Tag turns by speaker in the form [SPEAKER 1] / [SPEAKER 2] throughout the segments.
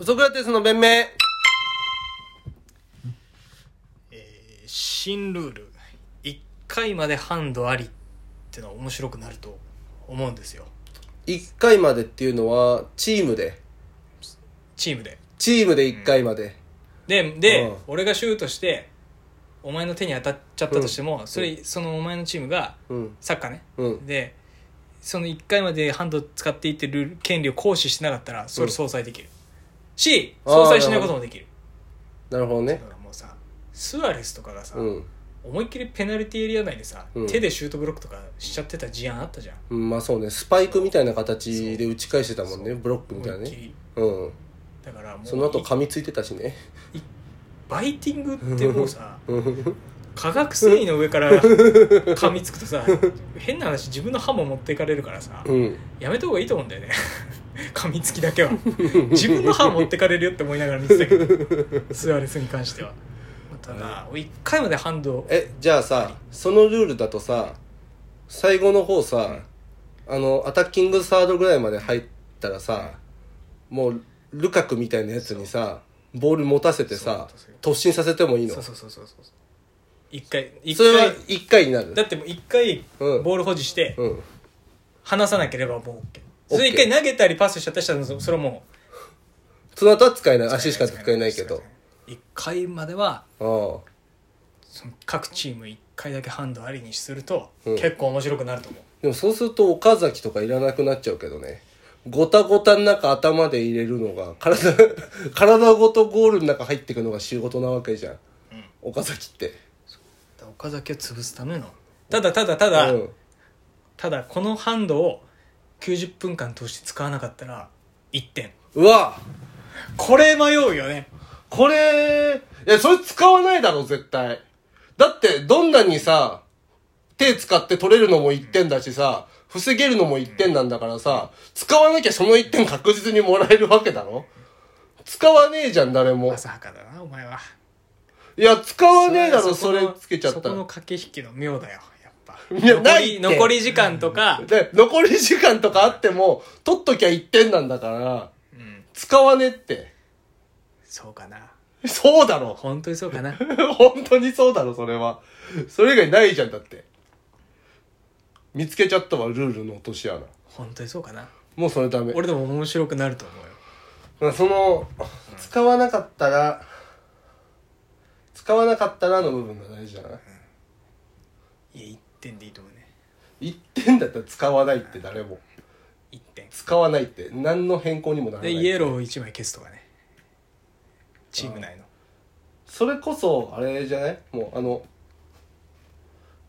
[SPEAKER 1] ソクラテスの弁明
[SPEAKER 2] えー新ルール1回までハンドありってのは面白くなると思うんですよ
[SPEAKER 1] 1回までっていうのはチームで
[SPEAKER 2] チームで
[SPEAKER 1] チームで1回まで、
[SPEAKER 2] でで、
[SPEAKER 1] うん
[SPEAKER 2] 俺がシュートしてお前の手に当たっちゃったとしても、それそのお前のチームが
[SPEAKER 1] うん
[SPEAKER 2] サッカーね、
[SPEAKER 1] うん
[SPEAKER 2] でその1回までハンド使っていってルール権利を行使してなかったらそれ相殺できる、し
[SPEAKER 1] あー
[SPEAKER 2] 相殺しないこともできる
[SPEAKER 1] なるほど
[SPEAKER 2] だ
[SPEAKER 1] ね
[SPEAKER 2] からもうさスアレスとかがさ、
[SPEAKER 1] うん
[SPEAKER 2] 思いっきりペナルティーエリア内でさ、
[SPEAKER 1] うん
[SPEAKER 2] 手でシュートブロックとかしちゃってた事案あったじゃん
[SPEAKER 1] うんまあそうねスパイクみたいな形で打ち返してたもんね
[SPEAKER 2] そう
[SPEAKER 1] ブロックみたいな
[SPEAKER 2] 思いっき
[SPEAKER 1] ね
[SPEAKER 2] り
[SPEAKER 1] うん
[SPEAKER 2] だからもう
[SPEAKER 1] その後噛みついてたしね
[SPEAKER 2] バイティングってもうさ
[SPEAKER 1] うん
[SPEAKER 2] 化学繊維の上から噛みつくとさ変な話自分の歯も持っていかれるからさ
[SPEAKER 1] うん
[SPEAKER 2] やめた方がいいと思うんだよね 噛みつきだけは自分の歯持ってかれるよって思いながら見てたけどスアレスに関してはただ1回までハンド
[SPEAKER 1] えじゃあさそのルールだとさ最後の方さ、あのアタッキングサードぐらいまで入ったらさ、もうルカクみたいなやつにさボール持たせてさ
[SPEAKER 2] そ
[SPEAKER 1] 突
[SPEAKER 2] う
[SPEAKER 1] 進させてもいいの
[SPEAKER 2] そうそうそうそうそう1回一
[SPEAKER 1] それは
[SPEAKER 2] 回
[SPEAKER 1] 1回になる
[SPEAKER 2] だってもう1回
[SPEAKER 1] うん
[SPEAKER 2] ボール保持して
[SPEAKER 1] うん
[SPEAKER 2] 離さなければもう OK そ
[SPEAKER 1] OK
[SPEAKER 2] れ1回投げたりパスしちゃったりしたらそれはもう
[SPEAKER 1] その後は使えない足しか使えないけど
[SPEAKER 2] 1回までは
[SPEAKER 1] ああ
[SPEAKER 2] その各チーム1回だけハンドありにすると
[SPEAKER 1] うん
[SPEAKER 2] 結構面白くなると思う、
[SPEAKER 1] でもそうすると岡崎とかいらなくなっちゃうけどねごたごたの中頭で入れるのが体 体ごとゴールの中入っていくのが仕事なわけじゃん
[SPEAKER 2] うん
[SPEAKER 1] 岡崎って
[SPEAKER 2] だから岡崎を潰すためのただただただ、
[SPEAKER 1] うん
[SPEAKER 2] ただこのハンドを90分間通して使わなかったら1点
[SPEAKER 1] うわ
[SPEAKER 2] これ迷うよね
[SPEAKER 1] これ、いや、それ使わないだろ、絶対。だって、どんなにさ、手使って取れるのも1点だしさ、防げるのも1点なんだからさ、使わなきゃその1点確実にもらえるわけだろ使わねえじゃん、誰も。
[SPEAKER 2] 浅はかだなお前はい
[SPEAKER 1] や、使わねえだろ、そ
[SPEAKER 2] こ
[SPEAKER 1] れ
[SPEAKER 2] の
[SPEAKER 1] つけちゃっ
[SPEAKER 2] そ
[SPEAKER 1] た
[SPEAKER 2] この
[SPEAKER 1] ら。
[SPEAKER 2] 駆け引きの妙だよやっぱ
[SPEAKER 1] いやな
[SPEAKER 2] 残
[SPEAKER 1] いって
[SPEAKER 2] り残り時間とか、
[SPEAKER 1] で、残り時間とかあっても、取っときゃ1点なんだから、
[SPEAKER 2] うん、
[SPEAKER 1] 使わねえって。
[SPEAKER 2] そうかな
[SPEAKER 1] そうだろ。
[SPEAKER 2] 本当にそうかな
[SPEAKER 1] 本当にそうだろ、それは。それ以外ないじゃん、だって。見つけちゃったわ、ルールの落とし穴。
[SPEAKER 2] 本当にそうかな
[SPEAKER 1] もうそれダメ。
[SPEAKER 2] 俺でも面白くなると思うよ
[SPEAKER 1] その、使わなかったら、使わなかったらの部分が大事じゃない
[SPEAKER 2] いや1点でいいと思うね
[SPEAKER 1] 一点だったら使わないって誰も。
[SPEAKER 2] 1点
[SPEAKER 1] 使わないって。何の変更にもならな
[SPEAKER 2] で
[SPEAKER 1] い。
[SPEAKER 2] イエローを1枚消すとかねチーム内の
[SPEAKER 1] それこそ、あれじゃないもう、あの、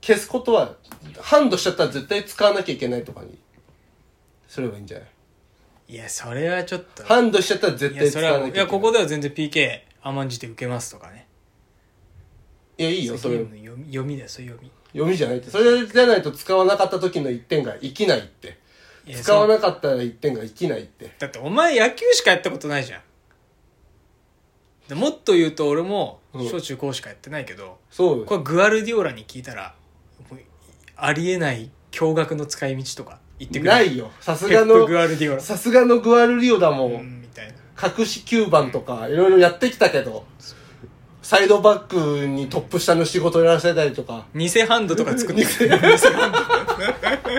[SPEAKER 1] 消すことは、ハンドしちゃったら絶対使わなきゃいけないとかに、すればいいんじゃない
[SPEAKER 2] いやそれはちょっと
[SPEAKER 1] ハンドしちゃったら絶
[SPEAKER 2] いや
[SPEAKER 1] 対
[SPEAKER 2] そ
[SPEAKER 1] 使
[SPEAKER 2] れ
[SPEAKER 1] わなきゃ
[SPEAKER 2] はい
[SPEAKER 1] けない。
[SPEAKER 2] やここでは全然 PK 甘んじて受けますとかね
[SPEAKER 1] いや、いい
[SPEAKER 2] い
[SPEAKER 1] よ、それ。
[SPEAKER 2] 読み読みだよそういう読
[SPEAKER 1] 読みじゃないって。それじゃないと使わなかった時の1点が生きないって。
[SPEAKER 2] みいや
[SPEAKER 1] 使わ
[SPEAKER 2] そう
[SPEAKER 1] なかったら1点が生きないって。
[SPEAKER 2] だってお前野球しかやったことないじゃんでもっと言うと俺も
[SPEAKER 1] うん
[SPEAKER 2] 小中高しかやってないけど、
[SPEAKER 1] そうよ
[SPEAKER 2] これグアルディオラに聞いたらもうありえない驚愕の使い道とか言ってくれる
[SPEAKER 1] ないよ。さす
[SPEAKER 2] ペ
[SPEAKER 1] が
[SPEAKER 2] ップ
[SPEAKER 1] の、
[SPEAKER 2] グアルディオラ
[SPEAKER 1] さすがのグアルリオだも。
[SPEAKER 2] うんんみたいな
[SPEAKER 1] 隠し9番とか、いろいろやってきたけど、サイドバックにトップ下の仕事をやらせたりとか。
[SPEAKER 2] 偽ハンドとか作 ってくれる偽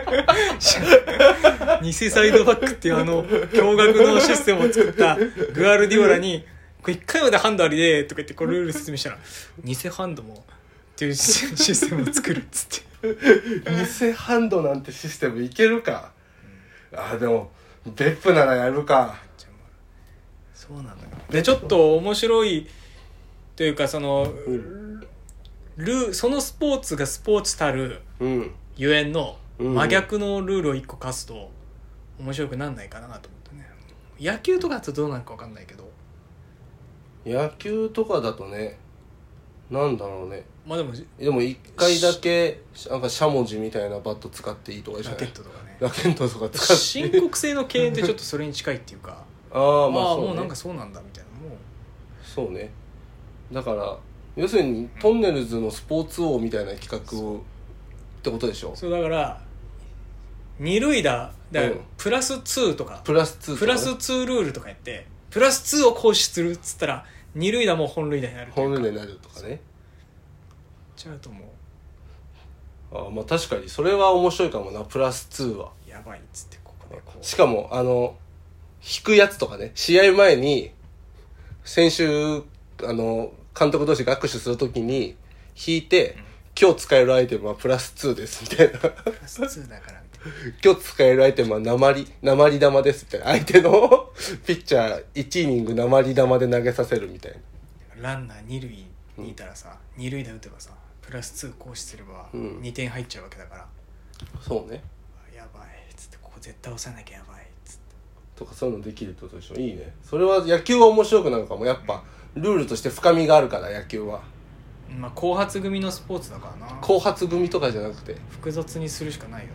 [SPEAKER 2] ハンド偽サイドバックっていうあの驚愕のシステムを作ったグアルディオラに「これ1回までハンドありで」とか言ってこうルール説明したら「偽ハンドも」っていうシシステムを作るっつって
[SPEAKER 1] 偽ハンドなんてシステムいけるか。あ、でも、ベップならやるか。
[SPEAKER 2] そうなんだでちょっと面白いというかそのルそのスポーツがスポーツたる
[SPEAKER 1] うん。
[SPEAKER 2] ゆえんの
[SPEAKER 1] うん
[SPEAKER 2] 真逆のルールを1個課すと面白くなんないかなと思ってね野球とかだとどうなるか分かんないけど
[SPEAKER 1] 野球とかだとね、なんだろうね。
[SPEAKER 2] まあでもラ
[SPEAKER 1] でも一回だけなんかしゃもじみたいなバット使っていいとかじゃない
[SPEAKER 2] ケットとかね
[SPEAKER 1] ラケットとか使っ
[SPEAKER 2] 深
[SPEAKER 1] て
[SPEAKER 2] 刻性の敬遠ってちょっとそれに近いっていうか
[SPEAKER 1] あ
[SPEAKER 2] あ
[SPEAKER 1] あまあ
[SPEAKER 2] あ
[SPEAKER 1] そうね
[SPEAKER 2] もうなんかそうなんだみたいなもう
[SPEAKER 1] そうねだから要するにトンネルズのスポーツ王みたいな企画をってことでしょ
[SPEAKER 2] そうだから二塁打だから
[SPEAKER 1] うん
[SPEAKER 2] プラス2とか
[SPEAKER 1] プラス2
[SPEAKER 2] プラス2ルールとかやってプラス2を行使するっつったら二塁打も本塁打になる
[SPEAKER 1] 本塁打になるとかね
[SPEAKER 2] ちゃうともう
[SPEAKER 1] あまあ確かにそれは面白いかもなプラス2は
[SPEAKER 2] やばいっつってここでこ う
[SPEAKER 1] しかもあの引くやつとかね試合前に先週あの監督同士が握手するときに引いて、今日使えるアイテムはプラス2ですみたいな
[SPEAKER 2] プラス2だからみたいな
[SPEAKER 1] 今日使えるアイテムは鉛鉛玉ですみたいな相手のピッチャー1イニング鉛玉で投げさせるみたいな
[SPEAKER 2] ランナー二塁にいたらさ、二塁打打てばさプラス2行使すれば
[SPEAKER 1] うん
[SPEAKER 2] 二点入っちゃうわけだから、
[SPEAKER 1] そうね
[SPEAKER 2] やばいっつってここ絶対押さなきゃやばいっつって
[SPEAKER 1] とかそういうのできるってことでしょいいねそれは野球は面白くなるかもやっぱルールとして深みがあるから野球は
[SPEAKER 2] まあ後発組のスポーツだからな
[SPEAKER 1] 後発組とかじゃなくて
[SPEAKER 2] 複雑にするしかないよ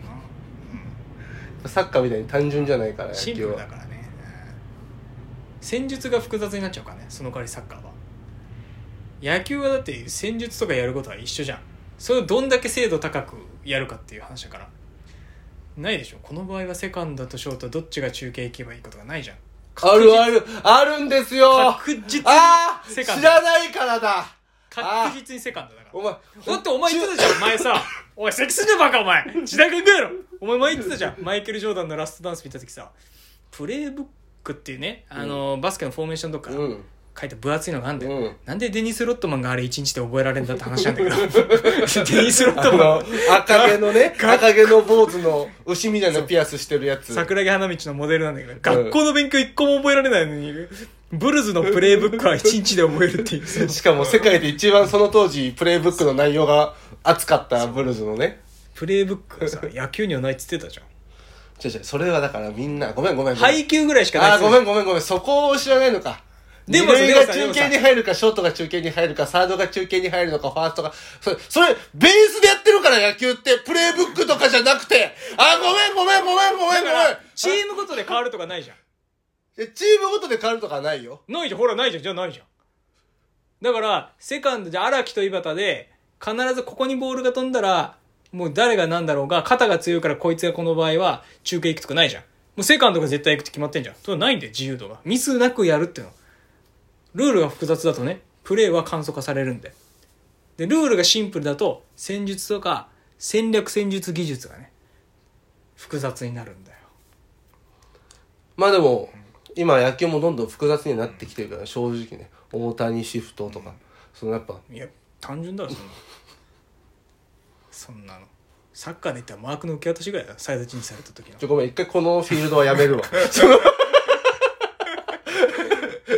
[SPEAKER 2] な、
[SPEAKER 1] サッカーみたいに単純じゃないから
[SPEAKER 2] うん、
[SPEAKER 1] 野
[SPEAKER 2] シンプ
[SPEAKER 1] 球
[SPEAKER 2] ルだ
[SPEAKER 1] は
[SPEAKER 2] からね、うん戦術が複雑になっちゃうからねその代わりサッカーは野球はだって戦術とかやることは一緒じゃんそれをどんだけ精度高くやるかっていう話だからないでしょこの場合はセカンドとショートどっちが中継行けばいいかとかないじゃん
[SPEAKER 1] あるあるあるんですよ
[SPEAKER 2] 確実に
[SPEAKER 1] ああ
[SPEAKER 2] セカンド
[SPEAKER 1] 知らないからだ
[SPEAKER 2] 確実にセカンドだから
[SPEAKER 1] お前
[SPEAKER 2] だってお前言ってたじゃん前さおい関すんなバカお前千田君がやろお前前言ってたじゃんマイケル・ジョーダンのラストダンス見た時さプレイブックっていうねあの、バスケのフォーメーションとか
[SPEAKER 1] う
[SPEAKER 2] 書
[SPEAKER 1] ん
[SPEAKER 2] いた分厚いのがあんだよ、
[SPEAKER 1] うん
[SPEAKER 2] なんでデニス・ロットマンがあれ一日で覚えられんだって話なんだ けど デニス・ロッ
[SPEAKER 1] あ
[SPEAKER 2] トマ
[SPEAKER 1] の
[SPEAKER 2] ン
[SPEAKER 1] 赤毛の ね赤毛の坊主の牛みたいなピアスしてるやつ
[SPEAKER 2] 桜木花道のモデルなんだけど学校の勉強一個も覚えられないのにブルズのプレイブックは一日で覚えるっ ていうその
[SPEAKER 1] しかも世界で一番その当時プレイブックの内容が熱かったブルーズのね
[SPEAKER 2] プレイブックはさ野球にはないって言ってたじゃん
[SPEAKER 1] 違う違うそれはだからみんなごめんごめんごめん
[SPEAKER 2] 配球ぐらいしかない
[SPEAKER 1] あ
[SPEAKER 2] っ
[SPEAKER 1] あ、
[SPEAKER 2] て言
[SPEAKER 1] ご
[SPEAKER 2] って
[SPEAKER 1] めんごめんごめん。そこを知らないのか。
[SPEAKER 2] で
[SPEAKER 1] で
[SPEAKER 2] も
[SPEAKER 1] も、
[SPEAKER 2] さ
[SPEAKER 1] 二塁
[SPEAKER 2] でも
[SPEAKER 1] が
[SPEAKER 2] さ
[SPEAKER 1] 中継に入るか、ショートが中継に入るか、サードが中継に入るのか、ファーストが。それ、それ、ベースでやってるから、野球って。プレイブックとかじゃなくて。あー、ごめんごめんごめんごめんごめ
[SPEAKER 2] だか
[SPEAKER 1] ん
[SPEAKER 2] ら。チームごとで変わるとかないじゃん
[SPEAKER 1] えチームごとで変わるとかないよ。
[SPEAKER 2] ないじゃんほらないじゃんじゃあないじゃんだからセカンドじゃあ荒木と井端で必ずここにボールが飛んだらもう誰が何だろうが肩が強いからこいつがこの場合は中継行くとかないじゃんもうセカンドが絶対行くって決まってんじゃんそれはないんだよ自由度がミスなくやるっていうのルールが複雑だとねプレーは簡素化されるんででルールがシンプルだと戦術とか戦略戦術技術がね複雑になるんだよ
[SPEAKER 1] まあでも、今野球もどんどん複雑になってきてるから、正直ね。大谷シフトとか。そのやっぱ、
[SPEAKER 2] いや単純だろそんなのそんなのサッカーで言ったらマークの受け渡しぐらいだサイドチンジされた時の
[SPEAKER 1] ちょ、ごめん、一回このフィールドはやめる わ。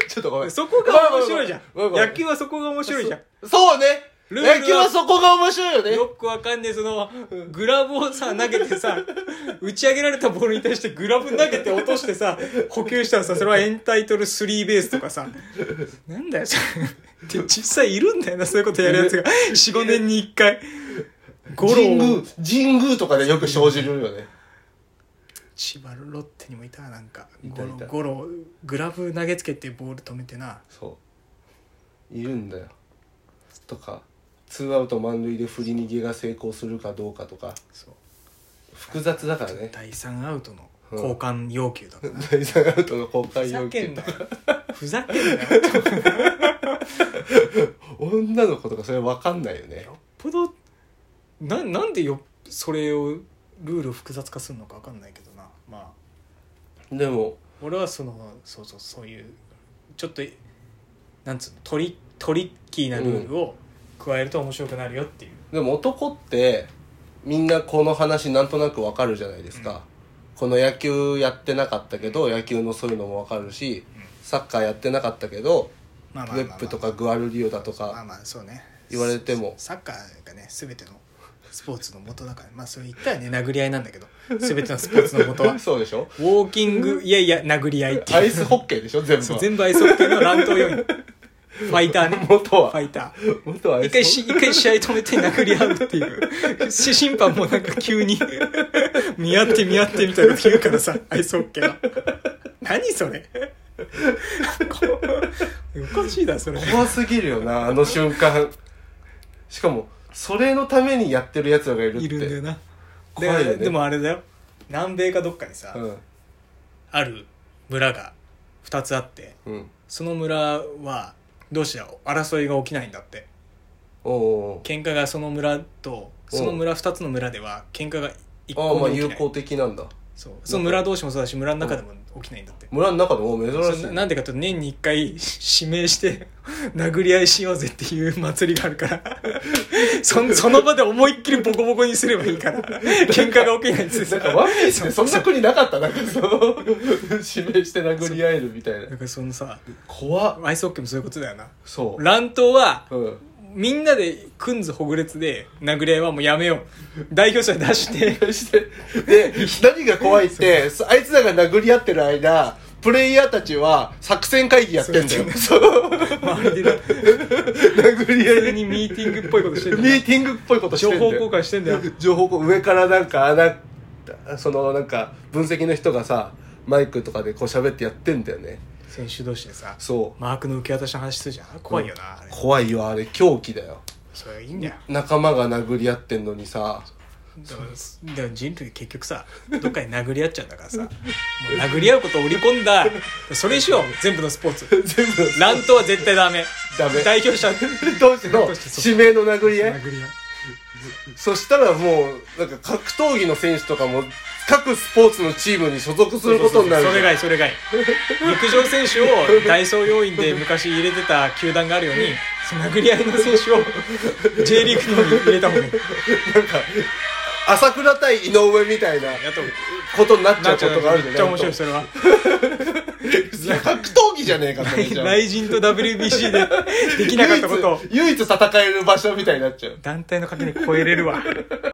[SPEAKER 1] ちょっとごめん。
[SPEAKER 2] そこが面白いじゃん
[SPEAKER 1] ごめんごめん
[SPEAKER 2] 野球はそこが面白いじゃん
[SPEAKER 1] そうね
[SPEAKER 2] ルールは
[SPEAKER 1] 野球はそこが面白いよね
[SPEAKER 2] よくわかんねえそのグラブをさ投げ てさ打ち上げられたボールに対してグラブ投げて落としてさ補給したらさそれはエンタイトルスリーベースとかさなんだよそれで実際いるんだよなそういうことやるやつが45年に1回ゴロ
[SPEAKER 1] 神
[SPEAKER 2] を
[SPEAKER 1] 宮神宮とかでよく生じるよね
[SPEAKER 2] 千葉ロッテにもいたなんか
[SPEAKER 1] い
[SPEAKER 2] ゴ
[SPEAKER 1] たい
[SPEAKER 2] ロ
[SPEAKER 1] た
[SPEAKER 2] ゴログラブ投げつけてボール止めてな
[SPEAKER 1] そういるんだよとかツーアウト満塁で振り逃げが成功するかどうかとか
[SPEAKER 2] そう
[SPEAKER 1] 複雑だから ね
[SPEAKER 2] 第3アウトの交換要求だから、
[SPEAKER 1] 第3アウトの公
[SPEAKER 2] ふ
[SPEAKER 1] 開
[SPEAKER 2] ざ
[SPEAKER 1] 要
[SPEAKER 2] け
[SPEAKER 1] 求
[SPEAKER 2] んなよふざけん なよよっ
[SPEAKER 1] 女の子とかそれ分かんないよね
[SPEAKER 2] ぽどななんでよそれをルールを複雑化するのか分かんないけどなまあ
[SPEAKER 1] でも
[SPEAKER 2] 俺はそのそうそうそういうちょっとなんつうのトリトリッキーなルールを加えると面白くなるよっていう、
[SPEAKER 1] でも男ってみんなこの話なんとなくわかるじゃないですか、この野球やってなかったけど野球のそういうのもわかるし、サッカーやってなかったけど
[SPEAKER 2] まあまあ
[SPEAKER 1] レップとかグアルリオだと
[SPEAKER 2] まあ
[SPEAKER 1] か
[SPEAKER 2] まあそうね
[SPEAKER 1] 言われても
[SPEAKER 2] サッカーがね全てのスポーツの元だからまあそれ言ったらね殴り合いなんだけど全てのスポーツの元はウ
[SPEAKER 1] そうでしょ
[SPEAKER 2] ォーキングいやいや殴り合いって
[SPEAKER 1] ア
[SPEAKER 2] いう
[SPEAKER 1] イスホッケーでしょ全部
[SPEAKER 2] そう
[SPEAKER 1] は
[SPEAKER 2] 全部アイスホッケーの乱闘要因ファイターねフ
[SPEAKER 1] 元は
[SPEAKER 2] ァイター
[SPEAKER 1] 元はアイ
[SPEAKER 2] 一
[SPEAKER 1] スホッケー
[SPEAKER 2] 回し一回試合止めて殴り合うっていうし審判もなんか急に見合って見合ってみたいなこと言うからさアイスホッケーが何それ おかしいだそれ
[SPEAKER 1] 怖すぎるよなあの瞬間しかもそれのためにやってるやつらがいるって
[SPEAKER 2] いるんだよなで
[SPEAKER 1] 怖いよね
[SPEAKER 2] でもあれだよ南米かどっかにさ、
[SPEAKER 1] うん
[SPEAKER 2] ある村が2つあって
[SPEAKER 1] うん。
[SPEAKER 2] その村は同士で争いが起きないんだって
[SPEAKER 1] おお。
[SPEAKER 2] 喧嘩がその村とその村2つの村では喧嘩が一
[SPEAKER 1] ああ、ま
[SPEAKER 2] 向
[SPEAKER 1] あ
[SPEAKER 2] に
[SPEAKER 1] 友
[SPEAKER 2] 起きない
[SPEAKER 1] 好的なんだ。
[SPEAKER 2] そうその村同士もそうだし村の中でも起きないんだって、
[SPEAKER 1] 村の中でも珍し
[SPEAKER 2] そ
[SPEAKER 1] い
[SPEAKER 2] れ。なんでかというと年に1回指名して 殴り合いしようぜっていう祭りがあるからそその場で思いっきりボコボコにすればい いから喧嘩が起きないんです
[SPEAKER 1] な
[SPEAKER 2] よ
[SPEAKER 1] んかワンピースでそんな国なかったなんかその 指名して殴り合えるみたいな
[SPEAKER 2] だからそのさ
[SPEAKER 1] 怖っ
[SPEAKER 2] アイスホッケーもそういうことだよな
[SPEAKER 1] そう
[SPEAKER 2] 乱闘は
[SPEAKER 1] うん
[SPEAKER 2] みんなでくんずほぐれつで殴り合いはもうやめよう代表者出して
[SPEAKER 1] そしてで何が怖いってあいつらが殴り合ってる間プレイヤーたちは作戦会議やってんだよそう
[SPEAKER 2] 周りでな
[SPEAKER 1] 殴り
[SPEAKER 2] 普
[SPEAKER 1] 合
[SPEAKER 2] 通
[SPEAKER 1] い
[SPEAKER 2] にミーティングっぽいことして
[SPEAKER 1] ミ
[SPEAKER 2] んだよ
[SPEAKER 1] ーティングっぽいことして
[SPEAKER 2] 情
[SPEAKER 1] んだよ
[SPEAKER 2] 報交換してんだよ
[SPEAKER 1] 情報こう上からなんかあなそのなんか分析の人がさマイクとかでこう喋ってやってんだよね
[SPEAKER 2] 選手同士でさ
[SPEAKER 1] そう
[SPEAKER 2] マークの受け渡しの話するじゃん怖いよな、あれ
[SPEAKER 1] 怖いよあれ狂気だよ
[SPEAKER 2] それいいんだよ
[SPEAKER 1] 仲間が殴り合ってんのにさ
[SPEAKER 2] だからだから人類結局さどっかに殴り合っちゃうんだからさもう殴り合うことを織り込んだそれにしよう全部のスポーツ
[SPEAKER 1] 全部
[SPEAKER 2] 乱闘は絶対ダメ
[SPEAKER 1] ダメ
[SPEAKER 2] 代表者
[SPEAKER 1] 同士の指名の殴り合い
[SPEAKER 2] 殴り合う
[SPEAKER 1] そしたらもうなんか格闘技の選手とかも各スポーツのチームに所属することになる
[SPEAKER 2] それがいいそれ がいい陸上選手をダイソー要員で昔入れてた球団があるようにその殴り合いの選手を J リーグの方に入れた方がいい
[SPEAKER 1] なんか朝倉対井上みたいな
[SPEAKER 2] あと
[SPEAKER 1] ことになっちゃ
[SPEAKER 2] な
[SPEAKER 1] う
[SPEAKER 2] っちゃ
[SPEAKER 1] こ
[SPEAKER 2] う
[SPEAKER 1] とがあるじ
[SPEAKER 2] め
[SPEAKER 1] ゃ
[SPEAKER 2] っ
[SPEAKER 1] な
[SPEAKER 2] ちゃ面白
[SPEAKER 1] い
[SPEAKER 2] いそれは
[SPEAKER 1] 格 闘技じゃねえかそれじゃ
[SPEAKER 2] 雷神と WBC で できなかったことを
[SPEAKER 1] 唯一唯一戦える場所みたいになっちゃう
[SPEAKER 2] 団体の垣根越えれるわ